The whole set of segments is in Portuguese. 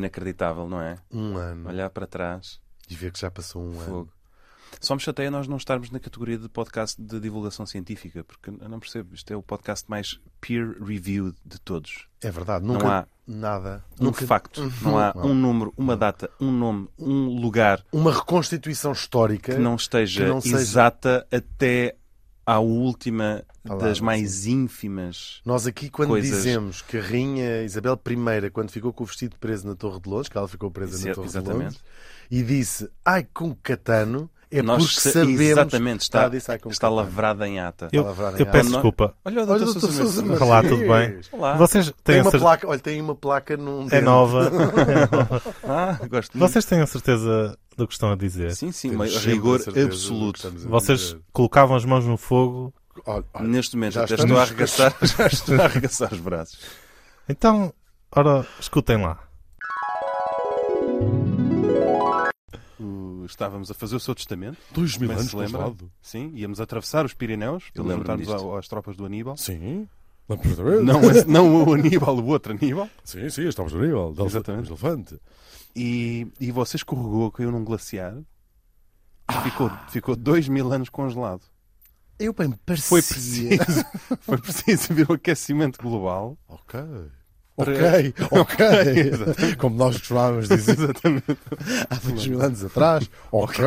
inacreditável, não é? Um ano. Olhar para trás, E ver que já passou um ano. fogo. Só me chateia nós não estarmos na categoria de podcast de divulgação científica, porque eu não percebo. Isto é o podcast mais peer-reviewed de todos. É verdade, Não nunca há nada. um facto, não há Não. um número, uma data, um nome, um lugar Uma reconstituição histórica. que não esteja que não seja- exata até à última Palavra, das mais ínfimas. Nós aqui, quando Coisas. dizemos que a Rainha Isabel I, quando ficou com o vestido preso na Torre de Londres, que ela ficou presa Isso na é- Torre de exatamente. Londres, e disse ai com catano, é Nós porque sa- sabemos. exatamente que está, disse, "Ai, com está catano". lavrada em ata. Eu, Palavrão, eu é. peço Não- desculpa. Olha o Olha, Dr. doutor Sousa Sousa Mendes. Olá, Martins. tudo bem? Olá. Vocês têm Tem a uma cer- placa, olha, tem uma placa num. É dedo. nova. Ah, gosto muito. Vocês têm a certeza do que estão a dizer. Sim, sim, Temos mas sempre a rigor certeza do que absoluto. estamos a Vocês dizer. colocavam as mãos no fogo. Olha, olha, Neste momento já até estamos- estou a arregaçar, já estou a arregaçar os braços. Então, ora, escutem lá. O- estávamos a fazer o seu testamento, Dois mil mas anos se lembra? congelado. Sim, íamos atravessar os Pirineus Eu para nos lembro-me juntarmos disto. ao- às tropas do Aníbal. Sim. Lembro-me outra vez? Não, é? esse- não o Aníbal, o outro Aníbal. Sim, sim, estamos no nível. do Exatamente. do elefante. E, e você escorregou, caiu num glaciar e ficou, Ah. ficou dois mil anos congelado. Eu bem parecia. Foi preciso, foi preciso vir o aquecimento global. Ok. Para- Ok, ok. Como nós costumávamos dizer Exatamente. há dois mil anos atrás. Ok.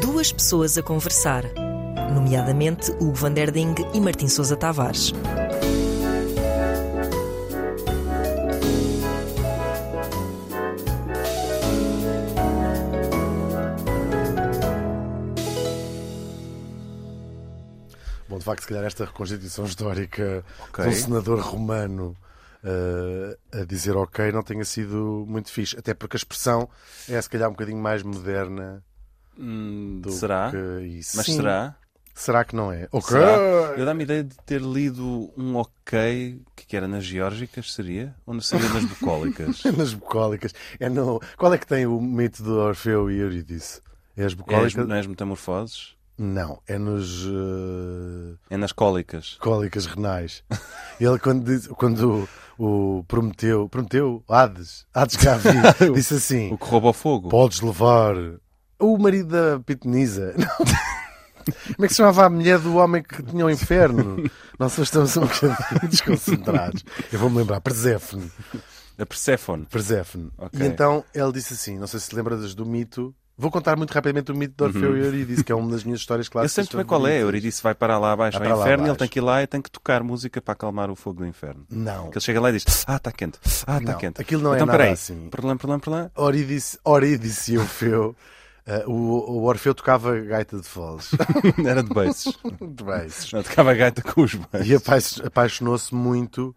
Duas pessoas a conversar, nomeadamente Hugo van der Ding e Martim Sousa Tavares. Bom, de facto, se calhar esta reconstituição histórica Ok. de um senador romano eh, a dizer ok não tenha sido muito fixe. Até porque a expressão é se calhar um bocadinho mais moderna Hum, do será? que isso. Mas Sim. será? Será que não é? Ok. Será? Eu dá-me ideia de ter lido um ok que que era nas geórgicas, seria? Ou não seria nas bucólicas? Nas bucólicas. É no... Qual é que tem o mito de Orfeu e Eurídice? É as é as, bucólicas? nas metamorfoses? Não, é nos eh, É nas cólicas? cólicas renais. Ele quando, diz- quando o, o Prometeu, Prometeu, Hades, Hades Gavi, disse assim: O que rouba o fogo? Podes levar o marido da Pitonisa. Não. Como é que se chamava a mulher do homem que tinha o inferno? Nós só estamos um bocadinho desconcentrados. Eu vou-me lembrar, Perséfone. A Perséfone. Perséfone. Ok. E então ele disse assim: não sei se te lembras do mito. Vou contar muito rapidamente o mito de Orfeu e Eurídice, que é uma das minhas histórias Uhum. Eu clássicas. sei muito bem qual é. Eurídice vai para lá abaixo, Vai vai ao para lá inferno, e ele abaixo. tem que ir lá e tem que tocar música para acalmar o fogo do inferno. Não. Que ele chega lá e diz: Ah, está quente, ah, está Não, quente. aquilo não é então, nada peraí. assim. Perlã, perlã, perlã. Eurídice, Eurídice e Orfeu. eh, o, o Orfeu tocava gaita de foles. Era de beiços. Muito bem. Não, tocava a gaita com os beiços. E apa- apaixonou-se muito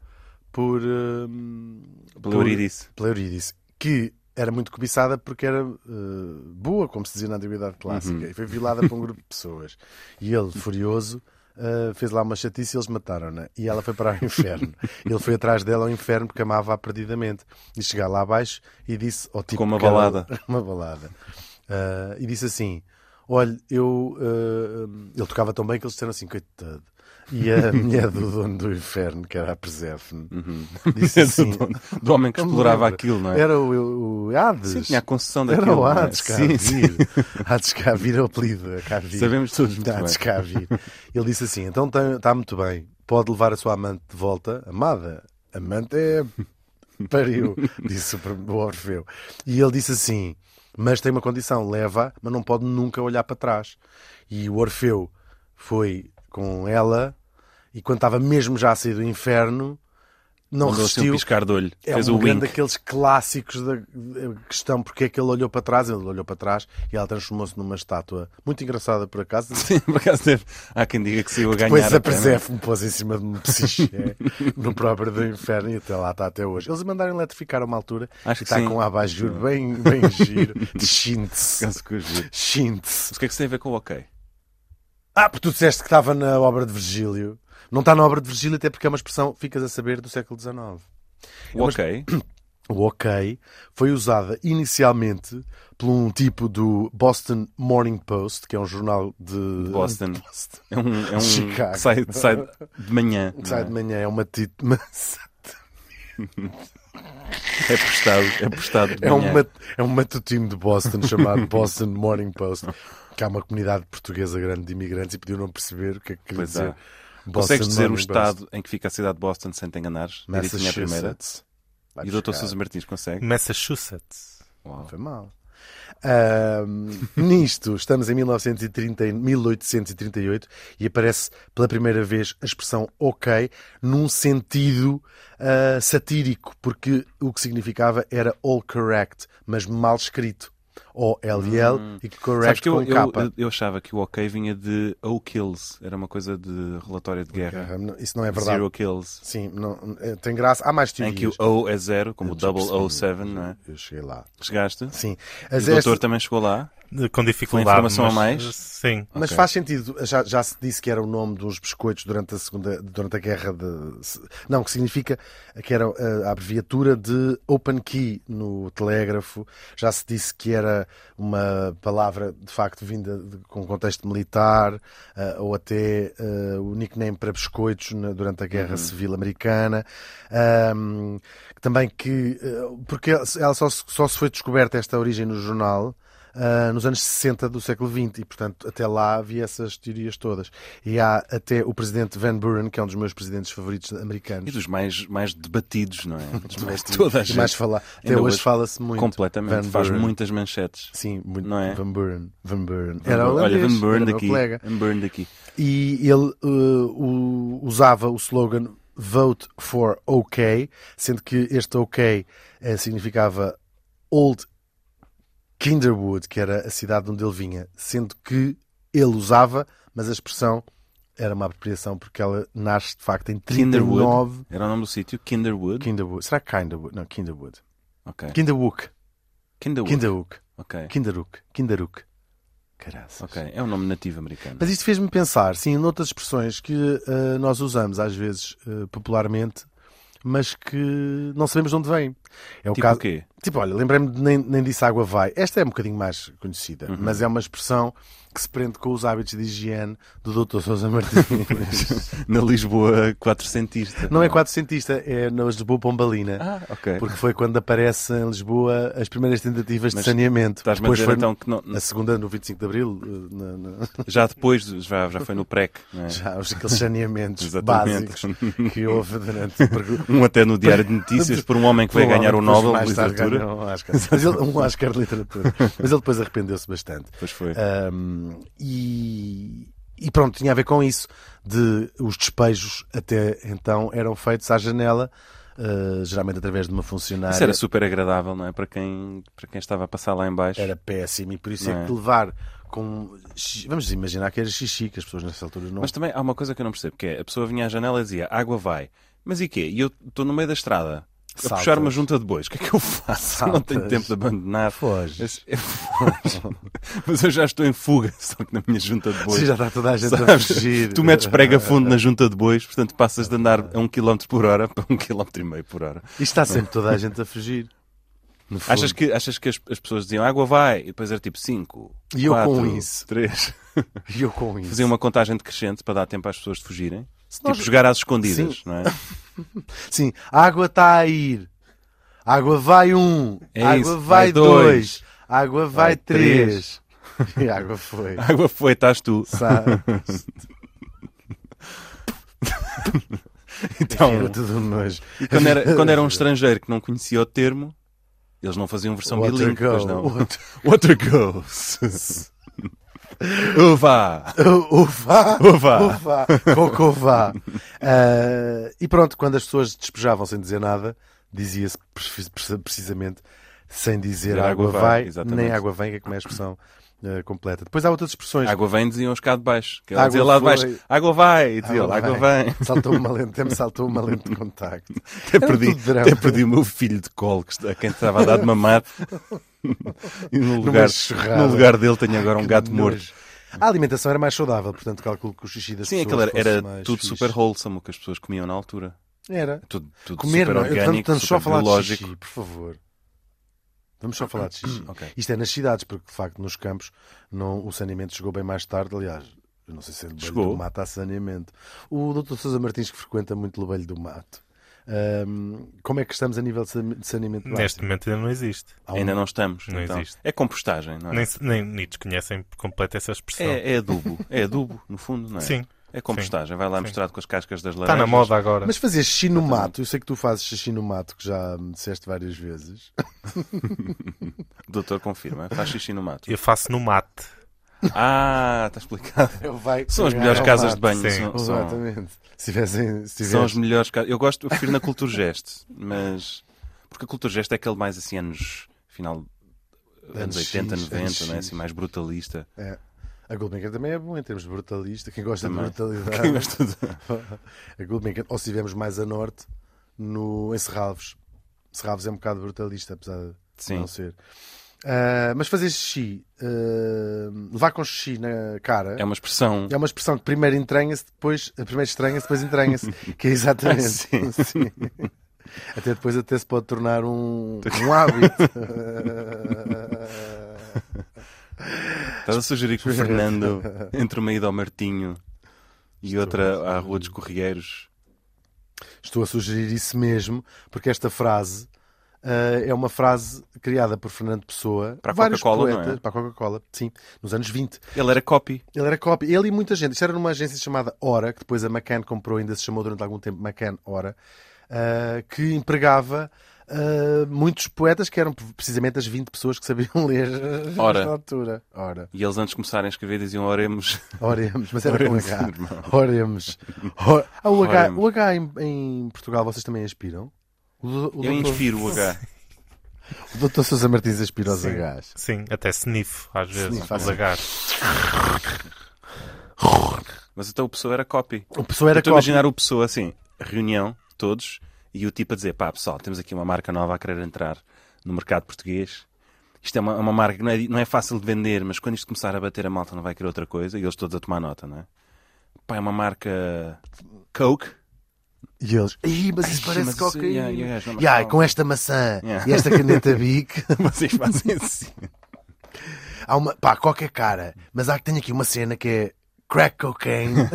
por, hum, Pelo Eurídice. pela Eurídice, que era muito cobiçada porque era eh, boa, como se dizia na antiguidade clássica, Uhum. e foi violada por um grupo de pessoas. E ele, furioso, eh, fez lá uma chatice e eles mataram-na. E ela foi para o inferno. ele foi atrás dela ao inferno porque amava-a perdidamente. E chegar lá abaixo e disse ao tipo. Com uma que era- balada. uma balada. Eh, e disse assim: Olha, eu. eh, ele tocava tão bem que eles disseram assim: coitado. E a mulher do dono do inferno, que era a Perséfone, disse assim: Uhum. É do, do homem que não me explorava lembro. aquilo, não é? Era o, o Hades. Sim, tinha a concessão daquilo. Era o não é? Hades Sim, Cavir. sim. Hades Cavir é o apelido. é Cavir. Sabemos todos muito Hades bem. Cavir. Ele disse assim: então está muito bem, pode levar a sua amante de volta, amada. Amante é. pariu, disse o pr- o Orfeu. E ele disse assim: mas tem uma condição, leva, mas não pode nunca olhar para trás. E o Orfeu foi com ela. E quando estava mesmo já a sair do inferno, não Mandou assim um resistiu, piscar de olho. é Fez um o grande wink. daqueles clássicos da da questão porque é que ele olhou para trás, ele olhou para trás e ela transformou-se numa estátua muito engraçada por acaso. Sim, por acaso teve. Há quem diga que saiu a ganhar. Depois até, não a é? Perséfone pôs em cima de um psiché no próprio do inferno e até lá está até hoje. Eles mandaram eletrificar a uma altura Acho que e está sim. com um abajur bem, bem giro de chintz. Caso que eu juro. Chintz. Mas o que é que isso tem a ver com o ok? Ah, porque tu disseste que estava na obra de Virgílio. Não está na obra de Virgílio até porque é uma expressão, ficas a saber, do século XIX. O ok. O OK foi usada inicialmente por um tipo do Boston Morning Post, que é um jornal de Boston. É um, é um Chicago. que sai, sai de manhã. que sai de não é? manhã, é uma tit- uma- É postado, é postado de É, manhã. um mat- é um matutino de Boston chamado Boston Morning Post, que há uma comunidade portuguesa grande de imigrantes e podiam não perceber o que é que queria Pois dizer. há. Consegues dizer o Morning Post, estado em que fica a cidade de Boston sem te enganares? Direitinho à primeira. Massachusetts. E o Dr. Sousa Martins consegue? Massachusetts. Uau. Foi mal. Ahm, nisto, estamos em 1930, 1838 e aparece pela primeira vez a expressão ok num sentido ah, satírico, porque o que significava era all correct, mas mal escrito. Ou LL e Hum. Sabes correct que eu, com eu, capa. eu achava que o OK vinha de O Kills, era uma coisa de relatório de guerra. Caramba, não- Isso não é verdade. Zero Kills. Sim, não, eh, tem graça. Há mais Em teorias. que o O é zero, como o Eu já Double percebi. O Seven, não é? Eu cheguei lá. Chegaste? Sim. E As o doutor estas- também chegou lá. De- Com dificuldade. informação a mas- mais? Sim. Mas Ok. faz sentido, já, já se disse que era o nome dos biscoitos durante a segunda, durante a guerra de, se- não, que significa que era eh, a abreviatura de Open Key no telégrafo, já se disse que era uma palavra de facto vinda de- com contexto militar, eh, ou até eh, o nickname para biscoitos na- durante a guerra civil americana, Ahm, também que, eh, porque ela só, se- só se foi descoberta esta origem no jornal, ah, nos anos 60 do século XX e, portanto, até lá havia essas teorias todas. E há até o presidente Van Buren, que é um dos meus presidentes favoritos E americanos, dos mais, mais debatidos, não é? Dos mais toda a e gente. mais falar. Até Ainda hoje hoje, fala-se muito. Van Completamente. Faz Buren. muitas manchetes. Sim, muito. Não é? Van Buren. Van Buren. Van Era Buren- Olha, holandês, Van era Buren meu daqui. colega. Van Buren daqui. E ele eh, o- usava o slogan Vote for OK, sendo que este OK eh, significava Old Kinderwood, que era a cidade onde ele vinha, sendo que ele usava, mas a expressão era uma apropriação porque ela nasce de facto em 39 Kinderwood. Era o nome do sítio. Kinderwood. Kinderwood. Será Kinderwood? Não, Kinderwood. Ok. Kinderwook. Kinderwood. Kinderwook. Ok. Kinderwook. Kinderwook. Caraças. Ok. É um nome nativo americano. Mas isto fez-me pensar, sim, noutras expressões que eh, nós usamos às vezes eh, popularmente, mas que não sabemos de onde vêm. É o Tipo caso. o quê? Tipo, olha, lembrei-me de nem, nem disse água vai. Esta é um bocadinho mais conhecida, Uhum. mas é uma expressão que se prende com os hábitos de higiene do Dr. Sousa Martins. Na Lisboa quatrocentista. não é quatrocentista, é na Lisboa Pombalina. Ah, ok. Porque foi quando aparece em Lisboa as primeiras tentativas Mas de saneamento. Estás-me a dizer foi então que não- a segunda no 25 de Abril, eh, na- na- já depois, já, já foi no PREC, não é? já os aqueles saneamentos Exatamente. básicos que houve durante o percurso. Um até no Diário de Notícias por um homem que vai ganhar o Nobel de Literatura. Um Oscar. Mas ele, um Oscar de Literatura. Mas ele depois arrependeu-se bastante. Pois foi. Ahm, e, e pronto, tinha a ver com isso. De os despejos até então eram feitos à janela, ah, geralmente através de uma funcionária. Isso era super agradável, não é? Para quem, para quem estava a passar lá em baixo. Era péssimo e por isso Não é é? que levar com. xixi- Vamos imaginar que era xixi, que as pessoas nessa altura não. Mas também há uma coisa que eu não percebo, que é a pessoa vinha à janela e dizia, água vai. Mas e quê? E eu estou no meio da estrada a Saltas. puxar uma junta de bois. O que é que eu faço? Eu Não tenho Saltas. tempo de abandonar. Foges. Mas, eu foge. Mas eu já estou em fuga, só que na minha junta de bois. Sim, já está toda a gente a Sabes? fugir. Tu metes prega fundo na junta de bois, portanto passas de andar É. a um quilómetro por hora para um quilómetro e meio por hora. E está sempre toda a gente a fugir. No fundo. Achas que, achas que as, as pessoas diziam água vai e depois era tipo 5, E eu com 4, isso. 3. E eu com isso. Faziam uma contagem decrescente para dar tempo às pessoas de fugirem. Tipo nós- jogar às escondidas, Sim. não é? Sim, a água está a ir. A água vai um. É a água isso, vai vai dois. dois. A água vai, Vai três. E a água foi. A água foi, estás tu. Sabe? Era Então, tudo um nojo. quando era, quando era um estrangeiro que não conhecia o termo, eles não faziam versão Water bilíngue, go. pois não. Water- Water goes. Uva! Ufa! Uva. Ufa! Cocô vá. Ah, e pronto, quando as pessoas despejavam sem dizer nada, dizia-se precis- precis- precisamente sem dizer Dizer água água vai, vai, exatamente. nem água vem, que é como é a exprão ah, completa. Depois há outras expressões. A água vem, diziam os cá de baixo. Que ela Água dizia lá de foi. baixo, água vai, e dizia ele, água vem. Saltou uma lente, até me saltou uma lente de contacto. Até Era perdi, tudo drama. até perdi o meu filho de colo, que está- a quem estava a dar de mamar. E no lugar, churrada. no lugar dele tenho agora um Que gato nojo. morto. A alimentação era mais saudável, portanto calculo que o xixi das Sim, pessoas aquilo era, era fosse mais tudo fixe. super wholesome o que as pessoas comiam na altura. Era. Tudo, tudo Comer, super não. Eu- orgânico, Vamos só super falar de biológico. Hum, xixi, por favor. Vamos só falar de xixi. Ok. Isto é nas cidades, porque de facto nos campos não, o saneamento chegou bem mais tarde. Aliás, eu não sei se é Lebelho Chegou. do Mato há saneamento. O Dr. Sousa Martins, que frequenta muito Lebelho do Mato, ahm, como é que estamos a nível de sane- de saneamento Neste básico? momento ainda não existe. Há um- Ainda não estamos. Não então. existe. É compostagem, não é? Nem, se- nem, nem desconhecem por completo essa expressão. É, é adubo. É adubo, no fundo, não é? Sim. É compostagem. Vai lá misturado com as cascas das Está laranjas. na moda agora. Mas fazer xixi no mato, eu sei que tu fazes xixi no mato, que já me disseste várias vezes. O doutor confirma. Faz xixi no mato. Eu faço no mate. Ah, está explicado. Ele vai São as cagar melhores ao casas É, mato. de banho. sim. São, são, Exatamente. Se tivessem. Se são as tivessem... melhores casas. Eu gosto, eu prefiro na Culturgest, mas. Porque a Culturgest é aquele mais assim, anos. final. Anos anos 80, X, 90, anos não é? X. Assim, mais brutalista. É. A Gulbenkian também é bom em termos de brutalista. Quem gosta Também. de brutalidade. Quem gosta de- a Gulbenkian. É Ou se estivermos mais a norte, no... em Serralves. Serralves é um bocado brutalista, apesar de Sim. não ser. Ah, mas fazer xixi, ah, levar com xixi na cara, É uma expressão. é uma expressão que primeiro entranha-se, depois. Primeiro estranha-se, depois entranha-se. que é exatamente. Ah, sim. Sim. Até depois, até se pode tornar um, um hábito. Estás a sugerir que o Fernando, entre uma ida ao Martinho e outra à Rua dos Corrieiros, Estou a sugerir isso mesmo, porque esta frase ah, é uma frase criada por Fernando Pessoa Para a vários Coca-Cola, não poetas, é? para a Coca-Cola, sim, nos anos 20. ele era copy. Ele era cópia, ele e muita gente. Isto era numa agência chamada Hora, que depois a McCann comprou, ainda se chamou durante algum tempo McCann Hora, ah, que empregava ah, muitos poetas que eram precisamente as 20 pessoas que sabiam ler Ora. na altura. Ora. E eles antes de começarem a escrever diziam oremos. Oremos, mas era Oremos, com H. irmão. Oremos. Or... Ah, o H, Oremos. o H em, em Portugal vocês também aspiram? O, do- o Eu doutor- inspiro o H. O doutor Sousa Martins aspira aos Sim. Hs. Sim, até sniff às vezes. Sniff, os assim. agarros. Mas então o pessoa era copy. O pessoal Eu era estou a cópia. imaginar o pessoa assim, reunião, todos, e o tipo a dizer: pá, pessoal, temos aqui uma marca nova a querer entrar no mercado português. Isto é uma, uma marca que não é, não é fácil de vender, mas quando isto começar a bater, a malta não vai querer outra coisa. E eles todos a tomar nota, não é? Pá, é uma marca Coke. E eles, Ih, mas isso Ai, parece mas isso- cocaína. yeah, yeah, yeah, mas E ai, calma. com esta maçã Yeah. e esta caneta Bic, Vocês fazem assim. há uma, pá, qualquer cara. Mas há que tem aqui uma cena que é crack cocaine.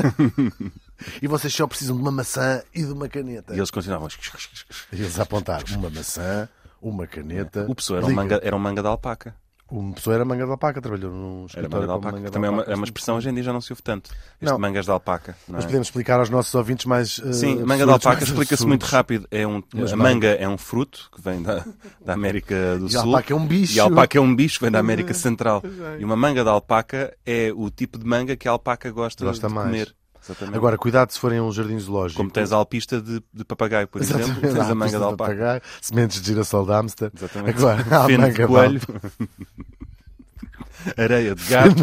e vocês só precisam de uma maçã e de uma caneta. E eles continuavam. E eles a apontar uma maçã, uma caneta. O pessoa era um É liga. manga, era um manga de alpaca. Uma pessoa era manga de alpaca, trabalhou num Era escritório manga de como alpaca. Então manga de Também é uma, alpaca. é uma expressão, hoje em dia já não se ouve tanto. Este Não. mangas de alpaca. não Mas é? podemos explicar aos nossos ouvintes mais. eh, Sim, manga de absurdos, alpaca mais explica-se absurdos. muito rápido. É um, Mas a vai. manga é um fruto que vem da, da América do E Sul. a alpaca é um bicho. E a alpaca é um bicho que vem da América Central. E uma manga de alpaca é o tipo de manga que a alpaca gosta, Gosta de mais. comer. Exatamente. Agora, cuidado se forem a um jardim zoológico. Como tens a alpista de, de papagaio, por exemplo, Exatamente, tens há a manga de pistas alpaca. papagaio, sementes de girassol de Amster. Exatamente. Agora, há a Feno manga de de coelho. alpaca. Areia de gato.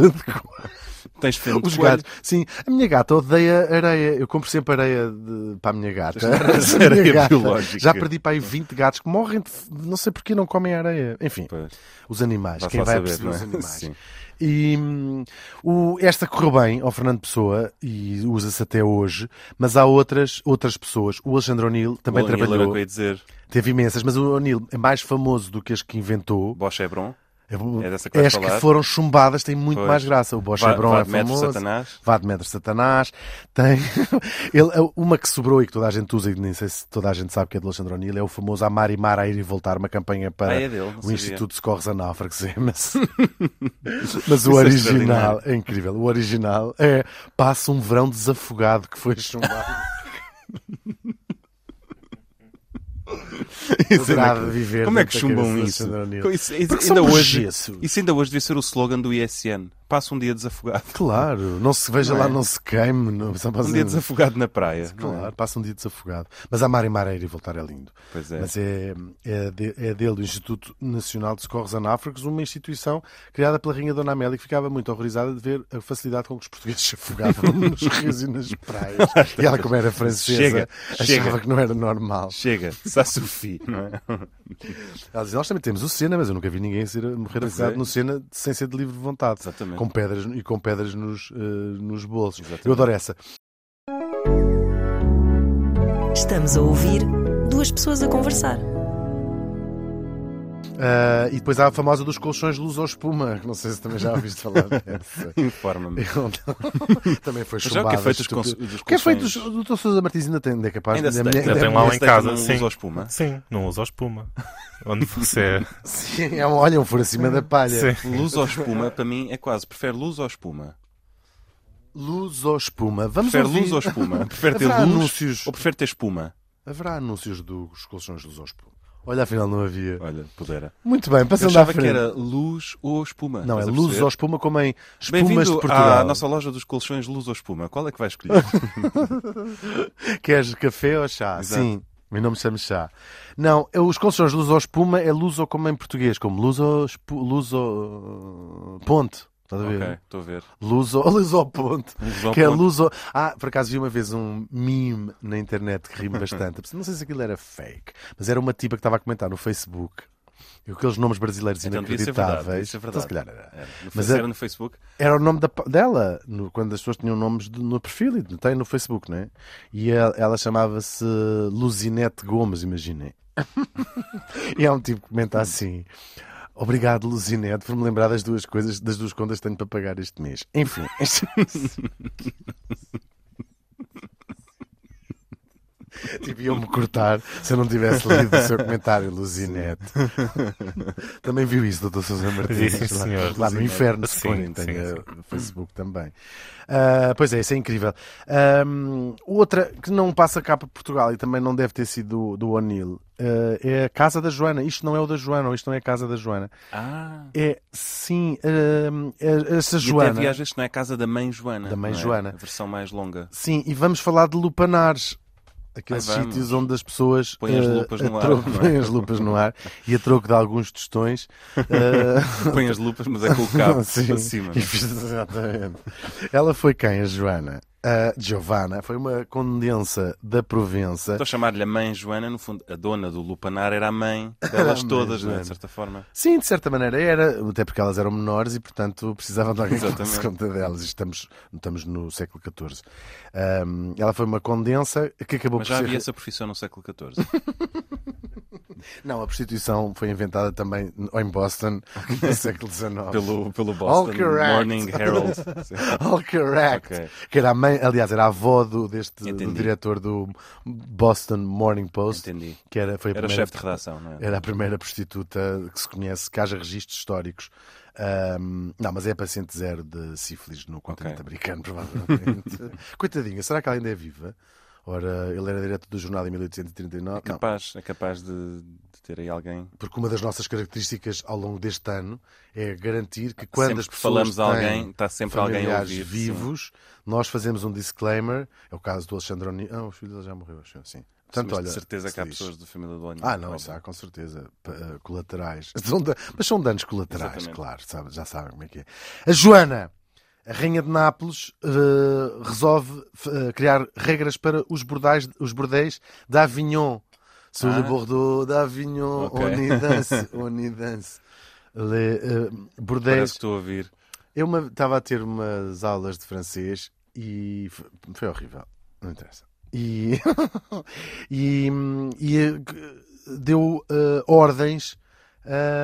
Tens feno de Os coelho. gatos. Sim, a minha gata odeia areia. Eu compro sempre areia de- para a minha gata. Areia A minha gata. biológica. Já perdi para aí 20 gatos que morrem de f- não sei porquê não comem areia. Enfim, Pois, os animais. vá-se Quem lá vai saber, perceber não é? os animais. Sim. E hum, o- esta correu bem ao Fernando Pessoa e usa-se até hoje, mas há outras, outras pessoas. O Alexandre O'Neill também Bom, e ele era o é trabalhou, que eu ia dizer. teve imensas, mas o O'Neill é mais famoso do que as que inventou. Bosch Hebron. É dessa que vais As que falar? foram chumbadas têm muito Pois. mais graça. O Bosch Vá- Hebron vá é de metro famoso. Satanás. Vá de metro Satanás. Tem... Ele, é uma que sobrou e que toda a gente usa e que nem sei se toda a gente sabe que é de Alexandre O'Neill é o famoso Amar e Mar a ir e voltar, uma campanha para Ah, é dele, não o sabia. Instituto de Socorros a Náufragos. é, Mas, mas o Isso é original é, incrível. O original é Passa um verão desafogado que foi chumbado. Isso é Adorava inacreditável. viver Como é dentro que da chumbam cabeça do isso? Alexandre O'Neill. Com Isso, isso Porque ainda são hoje, burgueses. isso ainda hoje devia ser o slogan do ISN. Passa um dia desafogado. Claro, não se veja Não lá, é? não se queime. Não, só Um dia fazendo- desafogado na praia. não é? Claro, passa um dia desafogado. Mas a mar e mar a ir e voltar é lindo. Pois é. Mas é, é, de- é dele do Instituto Nacional de Socorros Anáfragos, uma instituição criada pela Rainha Dona Amélia, que ficava muito horrorizada de ver a facilidade com que os portugueses se afogavam nos rios e nas praias. E ela, como era francesa, Chega, achava chega. que não era normal. Chega, Sassufi, não é? Ela dizia, nós também temos o Sena, mas eu nunca vi ninguém ser, eh, morrer Pois afogado é. no Sena sem ser de livre vontade. Exatamente. Com pedras, e com pedras nos, eh, nos bolsos. Exatamente. Eu adoro essa. Estamos a ouvir duas pessoas a conversar. Ah, e depois há a famosa dos colchões de luz ou espuma. Não sei se também já ouviste falar dessa. Informa-me. Eu não- também foi Mas já chumbada. o que é feito dos estúpido. cons- dos O que é feito dos- colchões? do Dr. Sousa Martins ainda tem, ainda é capaz Ainda se ainda- deita. ainda- Ainda tem lá um em se deita casa, num sim. uso ao espuma. Sim, não usa a espuma. Onde você. Sim, é um, olha, um furo acima da palha. Sim. Luz ou espuma, para mim, é quase. Prefere luz ou espuma? Luz ou espuma? Vamos Prefere ouvir. luz ou espuma? Prefere ter Haverá luz anúncios. ou prefere ter espuma? Haverá anúncios dos colchões de luz ou espuma? Olha, afinal não havia. Olha, pudera. Muito bem, Eu passando à achava frente. que era luz ou espuma. Não, é Estás a luz perceber? ou espuma, como em espumas de Bem-vindo à Portugal. nossa loja dos colchões Luz ou Espuma. Qual é que vai escolher? Queres café ou chá? Exato. Sim. Mas não me chamo chá. Não, eu- os colchões luz ou espuma é luz ou como em português, como luz ou, espu- luz ou eh, ponte. Estás a ver? ok, estou a ver. Um Luz ou, luz ou ponte. Luz Então, ao que é ponto. luz ou... Ah, por acaso vi uma vez um meme na internet que rime bastante. Não sei se aquilo era fake, mas era uma tipa que estava a comentar no Facebook. E Aqueles nomes brasileiros Então devia ser verdade. devia inacreditáveis. ser Então, se verdade. calhar era. É, no Mas Face- é- era no Facebook. Era o nome da pa- dela, no- quando as pessoas tinham nomes de- no perfil e tem no Facebook, não é? E ela, ela chamava-se Luzinete Gomes, imaginem. e há um tipo que comenta assim: Obrigado, Luzinete, por me lembrar das duas coisas, das duas contas que tenho para pagar este mês. Enfim, tipo, iam-me cortar se eu não tivesse lido o seu comentário, Luzinete. também viu isso, doutor Sousa Martins, Sim, lá, senhor. lá no inferno, Sim, se forem, sim, tem sim. a- no Facebook também. Ah, pois é, isso é incrível. Ahm, outra que não passa cá para Portugal e também não deve ter sido do, do O'Neill ah, é a Casa da Joana. Isto não é o da Joana, ou isto não é a Casa da Joana. Ah, É sim, ahm, é- essa e até Joana. havia às vezes, não é a casa da mãe Joana. Da mãe não é? Joana. A versão mais longa. Sim, e vamos falar de lupanares. Aqueles Ai, vamos. sítios onde as pessoas Põem as ah, lupas no a ar, troco- não é? põem as lupas no ar e a troco de alguns tostões ah, Põe as lupas, mas é com o cabo Sim, para cima. é? e fiz- Exatamente. Ela foi quem, a Joana? A Giovanna foi uma condensa da Provença. Estou a chamar-lhe a mãe Joana, no fundo, a dona do Lupanar era a mãe delas A mãe todas, não é? Joana. de certa forma. Sim, de certa maneira era, até porque elas eram menores e, portanto, precisavam de alguém que tomasse Exatamente. conta delas. Estamos, estamos no século XIV. Ahm, ela foi uma condensa que acabou Mas por já ser. havia essa profissão no século XIV. Não, a prostituição foi inventada também em Boston no século XIX. pelo, pelo All Boston Oh, correct. Morning Herald. Sim. All correct. Ok. Que era a mãe, aliás, era a avó do, deste, do Entendi. diretor do Boston Morning Post. Entendi. Que era, foi a Era primeira- chefe de redação, não é? Era a primeira prostituta que se conhece, que haja registros históricos. Ahm, não, mas é paciente zero de sífilis no continente Ok. americano, provavelmente. Coitadinha, será que ela ainda é viva? Ora, ele era diretor do jornal em 1839. Não, Capaz, é capaz de, de ter aí alguém. porque uma das nossas características ao longo deste ano é garantir que quando Quando as Sempre que pessoas falamos a têm alguém, está sempre alguém a é? familiares ouvir. sim. vivos, nós fazemos um disclaimer. É o caso do Alexandre O'Neill. Ah, o filho dele já morreu, acho eu, sim. Portanto, Mas olha, de certeza se que há diz. pessoas da família do Olho. Ah, não, isso há com certeza. P- eh, Colaterais. São da- Mas são danos colaterais, Exatamente. claro. sabe- já sabem como é que é. A Joana, a rainha de Nápoles, eh, resolve f- eh, criar regras para os bordéis, os bordéis de Avignon. Sous le Ah. Bordeaux d'Avignon, Ok. on y danse, on y danse. Le, eh, bordéis. Parece que estou a ouvir. Eu uma- estava a ter umas aulas de francês e f- foi horrível. Não interessa. E, e, e, eh, que- deu eh, ordens.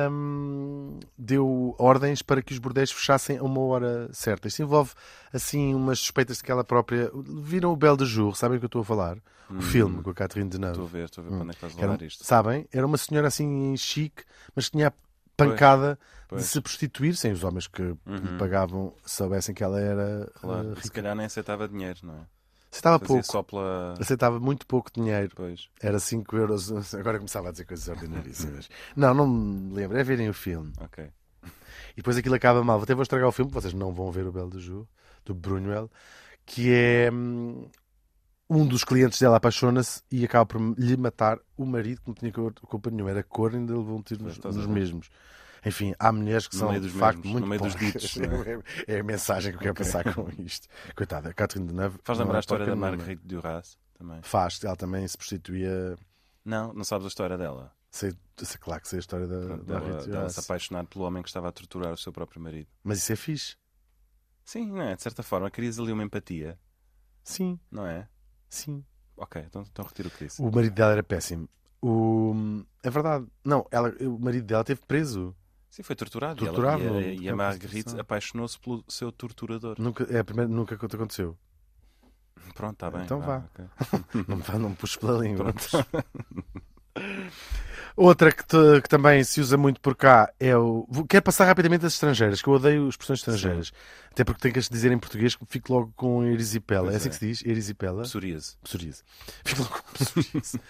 ahm, deu ordens para que os bordéis fechassem a uma hora certa. Isto envolve assim umas suspeitas de que ela própria. Viram o Belle de Jour, sabem o que eu estou a falar? O filme com a Catherine Deneuve. Hum, Estou a ver, estou a ver para onde é que estás a Que Hum. era um- levar isto. sabem? Era uma senhora assim chique, mas que tinha a pancada pois. de se prostituir sem os homens que lhe pagavam soubessem que ela era Uhum. Claro. eh, Se rica. calhar nem aceitava dinheiro, não é? Aceitava Fazia pouco, só pela. aceitava muito pouco dinheiro. Pois. Era 5 euros. Agora começava a dizer coisas ordinaríssimas. não, não me lembro. É verem o filme. Ok. E depois aquilo acaba mal. Até vou estragar o filme, vocês não vão ver o Belo de Ju, do Brunuel, que é. hum, Um dos clientes dela apaixona-se e acaba por lhe matar o marido que não tinha cor- culpa nenhuma. Era corno e ainda levou um tiro nos, Estás a nos ver. mesmos. Enfim, há mulheres que No são meio de dos facto mesmos, muito no meio dos porcas. ditos, não é? a mensagem que eu quero passar com isto. Coitada, a Catherine Deneuve. Faz não lembrar é a história porca da nenhuma. Marguerite Duras também. Faz, ela também se prostituía. Não, não sabes a história dela. Sei, sei, claro que sei a história da, Pronto, da dela, Eh, Marguerite dela se Duras. apaixonar pelo homem que estava a torturar o seu próprio marido. Mas isso é fixe. Sim, não é? De certa forma, querias ali uma empatia, Sim, não é? sim. Ok, então, então retiro o que disse. O marido dela era péssimo. O... É verdade. Não, ela, o marido dela esteve preso. Sim, foi torturado. e ela- Torturado e a- no e a, campo de Marguerite concentração. apaixonou-se pelo seu torturador. Nunca, é a primeira, nunca que aconteceu. Pronto, está bem. Então vá, vá. ok. Não, me- não me puxo pela língua. Uhum. Pronto. Outra que, te- que também se usa muito por cá é o. vou- Quero passar rapidamente as estrangeiras, que eu odeio expressões estrangeiras. Até porque tenho que as dizer em português, que fico logo com erisipela. Pois É assim é. que se diz? Erisipela? Psoríase. Psoríase. Fico logo com psoríase.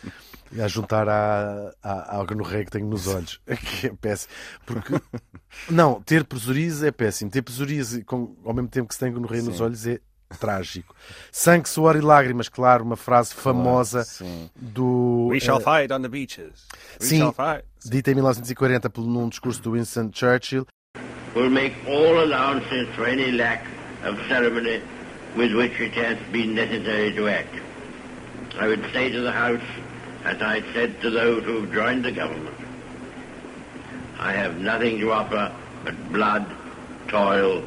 E a juntar à, à, à gonorreia que tenho nos olhos. Que é péssimo. Porque. Não, ter psoríase é péssimo. Ter psoríase com- ao mesmo tempo que se tem gonorreia nos Sim. olhos é trágico. Sangue, suor e lágrimas, claro, uma frase famosa Sim. do. We eh, shall fight on the beaches. We Sim. shall fight. dita em 1940 por num discurso do Winston Churchill. will make all allowances for any lack of ceremony with which it has been necessary to act. I would say to the House, as I said to those who have joined the government, I have nothing to offer but blood, toil,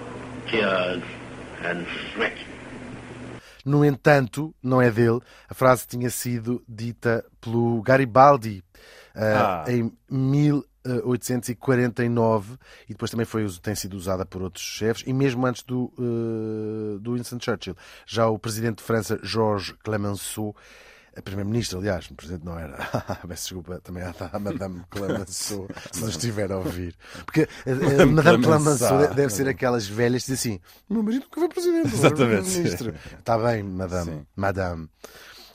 tears, and sweat. No entanto, não é dele, a frase tinha sido dita pelo Garibaldi ah, Ah. em 1849 e depois também foi, us- tem sido usada por outros chefes e mesmo antes do, eh, do Winston Churchill. Já o presidente de França, Georges Clemenceau, eh, primeiro-ministro, aliás, o presidente não era. Peço desculpa também à, à Madame Clemenceau, se nos estiver a ouvir. Porque eh, eh, Madame Clemenceau de- deve ser aquelas velhas que dizem assim: meu marido nunca foi presidente, agora é Exatamente. primeiro-ministro. Está Tá bem, Madame. Sim. Madame.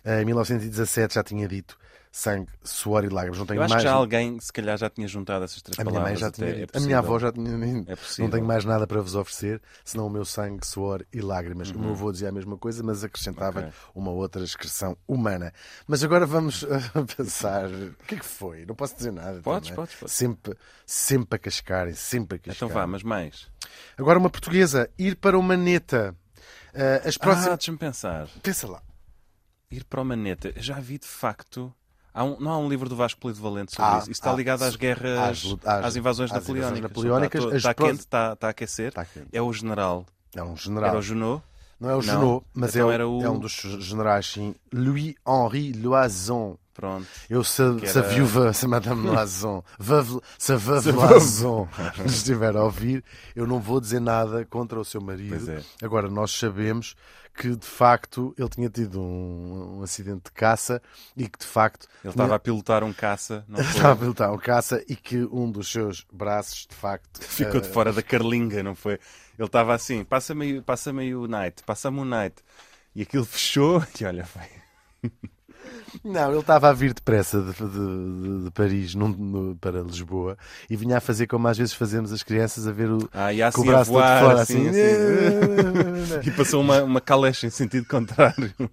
Eh, Em 1917 já tinha dito sangue, suor e lágrimas. Não tenho Eu acho que mais. já alguém, se calhar, já tinha juntado essas três A minha palavras. mãe já até. tinha É dito. a possível. minha avó já tinha dito. É possível. Não tenho mais nada para vos oferecer, senão o meu sangue, suor e lágrimas. O meu avô dizia a mesma coisa, mas acrescentava Uhum. Ok. uma outra expressão humana. Mas agora vamos ah, pensar. O que é que foi? Não posso dizer nada. Podes, também. podes, podes. Sempre, sempre a cascarem, sempre a Então cascarem. vá, mas mais. Agora uma portuguesa. Ir para uma neta. Ah, as Ah, próximas. deixa-me pensar. Pensa lá. Ir para o Maneta. Eu Já vi de facto. há um- não há um livro do Vasco Polido Valente sobre Ah, isso. Isso está ah, ligado às guerras, às às, lu- às- invasões às invasões napoleónicas. napoleónicas, Está, to- as está pro- quente, está, está a aquecer. Está quente. É o general. É um Era general. o Junot. Não é o Não. Junot, mas Então é, o- era o- é um dos generais, sim. Louis-Henri Loison. Pronto. Eu, se, Que se a era- viúva, se a Madame Loison, veuve- se a veuve Loison nos estiver a ouvir, eu não vou dizer nada contra o seu marido. Pois é. Agora, nós sabemos que, de facto, ele tinha tido um, um acidente de caça e que, de facto, Ele estava a pilotar um caça. Não foi? estava a pilotar um caça e que um dos seus braços, de facto, Ficou Eh, de fora da carlinga, não foi? Ele estava assim, passa-me aí- passa-me o night, passa-me o night. E aquilo fechou e olha, vai. Não, ele estava a vir depressa de, de- de Paris num- no- para Lisboa e vinha a fazer como às vezes fazemos as crianças, a ver o, Ah, e há com o assim a braço todo voar, de fora, assim, assim. E passou uma, uma caleche em sentido contrário.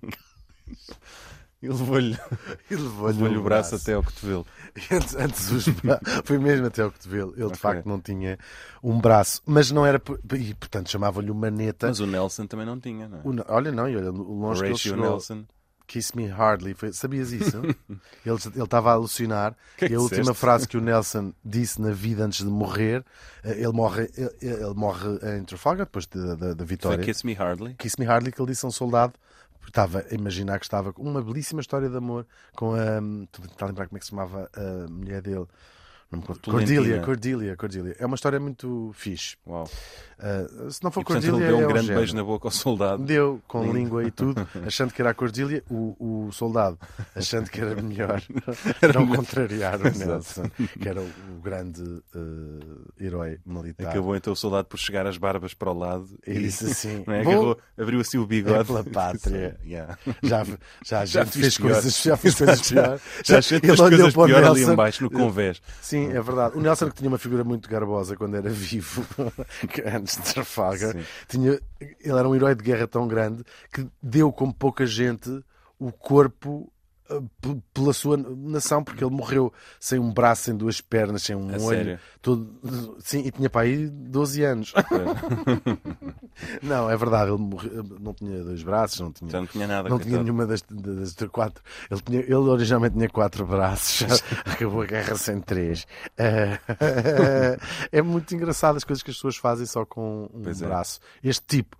E levou-lhe e levou-lhe um levou o braço até ao cotovelo. Antes, antes os bra- Foi mesmo até ao cotovelo. Ele, de Ok. facto, não tinha um braço. Mas não era... por- E, portanto, chamavam-lhe uma neta. Mas o Nelson também não tinha, não é? O- Olha, não, e olha, o longe que ele Horatio chegou. Nelson. Kiss Me Hardly. Foi- Sabias isso? ele ele estava a alucinar. Que é que e a última disseste? frase que o Nelson disse na vida antes de morrer, eh, ele morre, ele, ele morre em Trafalgar, depois da, da- da Foi vitória. Kiss... Kiss Me Hardly. Me Hardly, que ele disse a um soldado. porque Estava a imaginar que estava com uma belíssima história de amor com a. Estou a tentar lembrar como é que se chamava a mulher dele. Não me conto. Clementina. Cordelia, Cordelia, Cordelia. É uma história muito fixe. Uau. Eh, se não for E portanto ele Cordelia, deu é um o grande género. beijo na boca ao soldado. Deu, com Lindo. língua e tudo, achando que era a cordilha, o, o soldado, achando que era melhor não contrariar o Nelson, que era o, o grande eh, herói militar. Acabou então o soldado por chegar as barbas para o lado E disse assim: não é? "Vou- Agarrou, abriu assim o bigode. É pela pátria. Yeah. Já, já, já, Já gente fiz fez pior. coisas, já fez coisas pior. Já achei ele as olhou coisas para o pior ali Nelson. em baixo, no convés. Sim, é verdade. O Nelson, que tinha uma figura muito garbosa quando era vivo, que antes de Trafalgar, Sim. tinha, ele era um herói de guerra tão grande que deu, como pouca gente, o corpo eh, p- pela sua nação, porque ele morreu sem um braço, sem duas pernas, sem um A olho. sério? Todo, sim, e tinha para aí 12 anos. não, é verdade, ele morreu, não tinha dois braços, não tinha Já não tinha nada. não coitado. tinha nenhuma das, das, das quatro. Ele, tinha, ele originalmente tinha quatro braços. Acabou a guerra sem três. Eh, é muito engraçado as coisas que as pessoas fazem só com um Pois é. braço. Este tipo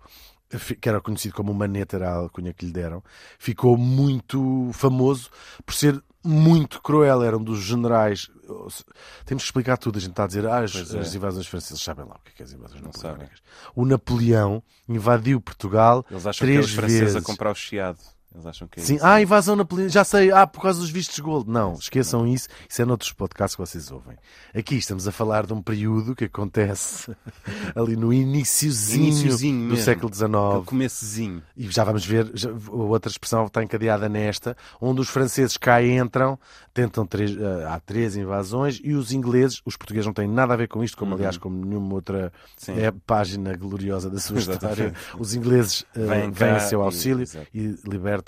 fi- que era conhecido como o Maneta, era a alcunha que lhe deram, ficou muito famoso por ser muito cruel. Era um dos generais. ou se- Temos que explicar tudo. A gente está a dizer ah, as, é. as invasões francesas, sabem lá o que é que é as invasões napoleónicas. O Napoleão invadiu Portugal Eles acham três que é os franceses vezes. a comprar o chiado. Eles acham que é Sim, isso. ah, invasão napoleónica, já sei, ah, por causa dos vistos gold. Não, esqueçam isso, isso é noutros podcasts que vocês ouvem. Aqui estamos a falar de um período que acontece ali no iniciozinho, Iniciozinho do mesmo. século Aquele XIX. começozinho. E já vamos ver, já- outra expressão está encadeada nesta, onde os franceses cá entram, tentam três, ah, há três invasões, e os ingleses, os portugueses não têm nada a ver com isto, como aliás, como nenhuma outra Uhum. Sim. eh, página gloriosa da sua história. Exatamente. Os ingleses ah, Vêm vêm, cá a seu e- auxílio exato. e libertam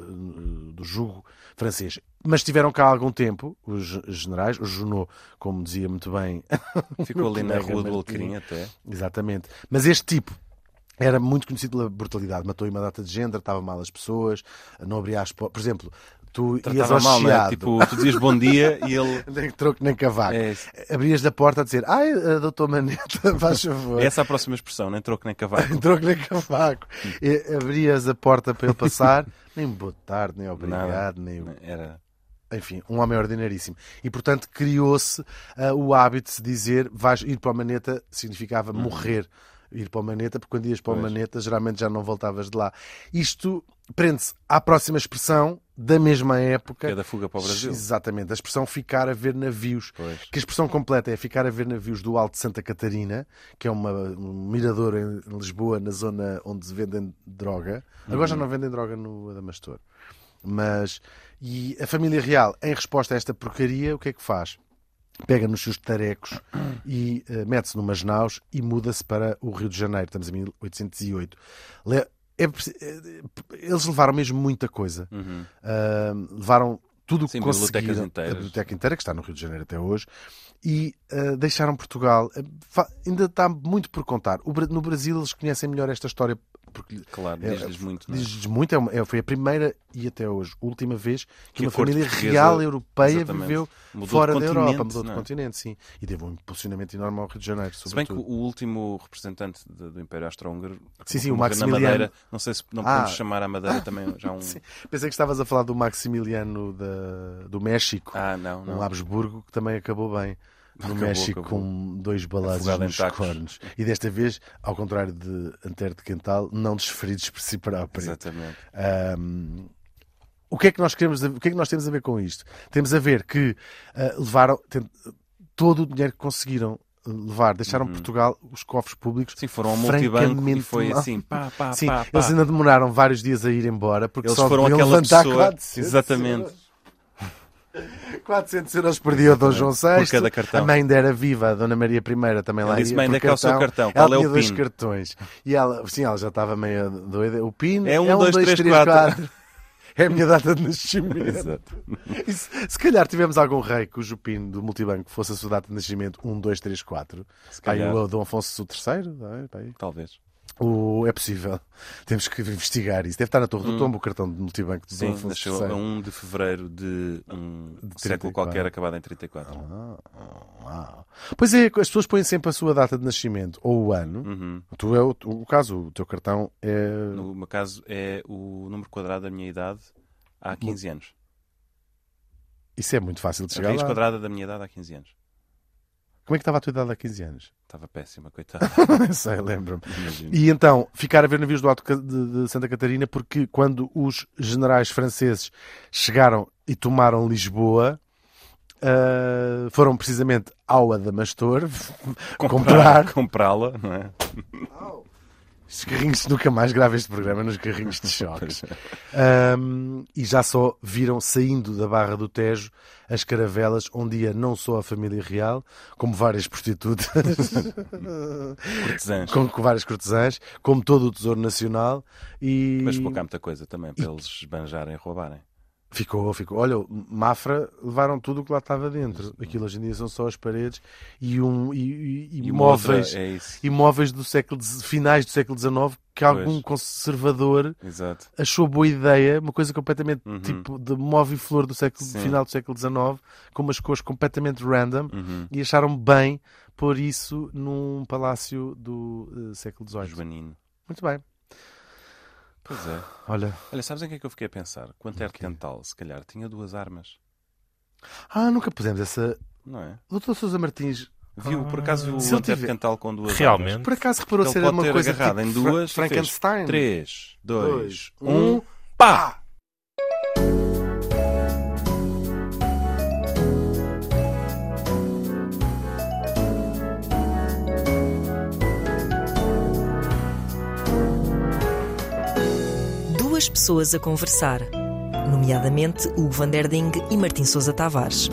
de- do jugo francês. Mas tiveram cá algum tempo, os ge- generais, o Junot, como dizia muito bem Ficou ali na colega rua do Martim. Alcarim até. Exatamente. Mas este tipo era muito conhecido pela brutalidade. Matou uma data de género, estava mal as pessoas, não abria as portas. Por exemplo, tu ias Tratava ao mal, não é? chiado, Ah, Tipo, tu dizias bom dia e ele. nem troco nem cavaco. É isso. Abrias da porta a dizer, ai, eh, doutor Maneta, faz favor. Essa Hum. é a próxima expressão, nem troco nem cavaco. Troco nem cavaco. E abrias a porta para ele passar, nem boa tarde, nem obrigado, nem Era. enfim, um homem ordinaríssimo. E, portanto, criou-se ah, o hábito de se dizer vais ir para o Maneta significava morrer. Ir para o Maneta, porque quando ias para o Maneta geralmente já não voltavas de lá. Isto prende-se à próxima expressão da mesma época. Que é da fuga para o Brasil. Exatamente. A expressão ficar a ver navios. Pois. Que a expressão completa é ficar a ver navios do Alto de Santa Catarina, que é uma, um mirador em Lisboa, na zona onde se vendem droga. Agora Uhum. já não vendem droga no Adamastor. Mas e a família real, em resposta a esta porcaria, o que é que faz? Pega nos seus tarecos e eh, mete-se numas naus e muda-se para o Rio de Janeiro. Estamos em 1808. Le- é preci- eh, eles levaram mesmo muita coisa. Ah, levaram tudo o que Uhum. Sim, bibliotecas conseguiram. inteiras. A biblioteca inteira, que está no Rio de Janeiro até hoje. E ah, deixaram Portugal. Ah, fa- Ainda está muito por contar. O Bra- no Brasil eles conhecem melhor esta história. Porque Claro, é, diz-lhes muito. não é? Diz-lhes muito, é uma- é- foi a primeira e até hoje última vez que, Que uma a corte família portuguesa- real europeia Exatamente. viveu Mudou de fora da continente, Europa, mudou de não é? continente, sim. E teve um impulsionamento enorme ao Rio de Janeiro, Se bem que o sobretudo. último representante de- do Império Austro-Húngaro Sim, sim, morreu o na Maximiliano. Madeira, não sei se não Ah. podemos chamar a Madeira também já um. Sim. Pensei que estavas a falar do Maximiliano da- do México, Ah, não, um não. Habsburgo que também acabou bem. No Acabou, México acabou. com dois balazes Afogado em nos tacos. cornos. E desta vez, ao contrário de Antero de Quental, não desferidos por si próprio. Exatamente. Um, o que é que nós queremos o que é que nós temos a ver com isto temos a ver que ah, levaram tem- todo o dinheiro que conseguiram ah, levar deixaram Portugal os cofres públicos Uhum. Sim, foram ao multibanco e francamente foi mal. assim, pá, pá, Sim, pá, eles pá. ainda demoraram vários dias a ir embora porque Eles só foram deviam aquela levantar pessoa. 400 Exatamente. euros. 400 euros por dia ao Dom João VI. Por cada cartão. A mãe ainda era viva, a Dona Maria I também lá Ela disse, ia "Mãe, por dê cá o seu cartão, qual ela é o tinha dois PIN?" cartões. E ela, sim, ela já estava meio doida. O PIN É um, é um, dois, dois, três, três, quatro. quatro. É a minha data de nascimento. E se, se calhar tivemos algum rei cujo PIN do multibanco fosse a sua data de nascimento 1, 2, 3, 4. Se Pai, calhar. o Dom Afonso III? vai, vai. Talvez. O... É possível. Temos que investigar isso. Deve estar na Torre do Tombo o cartão de multibanco de Dom Hum. Sim, Afonso nasceu um III. a 1 de fevereiro de um século 34. qualquer, acabado em 34. Uau. Pois é, as pessoas põem sempre a sua data de nascimento ou o ano. Tu é o, o caso, o teu cartão é. Uhum. No meu caso, é o número quadrado da minha idade há 15 anos. Isso é muito fácil de A chegar raiz lá. quadrada da minha idade há 15 anos. Como é que estava a tua idade há 15 anos? Estava péssima, coitado. Sei, lembro-me. Imagino. E então, ficar a ver navios do Alto Ca- de, de Santa Catarina, porque quando os generais franceses chegaram e tomaram Lisboa, ah, foram precisamente ao Adamastor comprar Comprá-la, não é? Os carrinhos nunca mais grava este programa nos carrinhos de choques. Ahm, e já só viram saindo da Barra do Tejo as caravelas onde ia não só a família real, como várias prostitutas, Cortesãs. como com várias cortesãs, como todo o Tesouro Nacional e Mas ficou cá muita coisa também, para eles esbanjarem e roubarem. ficou, ficou. Olha, o Mafra levaram tudo o que lá estava dentro. Aquilo hoje em dia são só as paredes e um e, e- e E uma outra- móveis. É isso. Imóveis do século de- finais do século XIX que algum Pois. conservador Exato. achou boa ideia, uma coisa completamente tipo de móvel e flor do século, Uhum. Sim. final do século XIX, com umas cores completamente random, Uhum. e acharam bem pôr isso num palácio do eh, século XVIII. Joanino. Muito bem. Pois é. Olha. Olha, sabes em que é que eu fiquei a pensar? Quanto era Tental, se calhar, tinha duas armas, Ah, nunca pusemos essa. não é? Doutor Sousa Martins, Viu, por acaso, viu Ah. Se ele o Antero tiver- Tental com duas armas? Realmente. por acaso reparou Ele ser pode uma ter coisa agarrado tipo em Fra- duas. e fez Frankenstein? 3, 2, Dois, 1. um, pá! Duas pessoas a conversar, nomeadamente Hugo Van der Ding e Martin Sousa Tavares.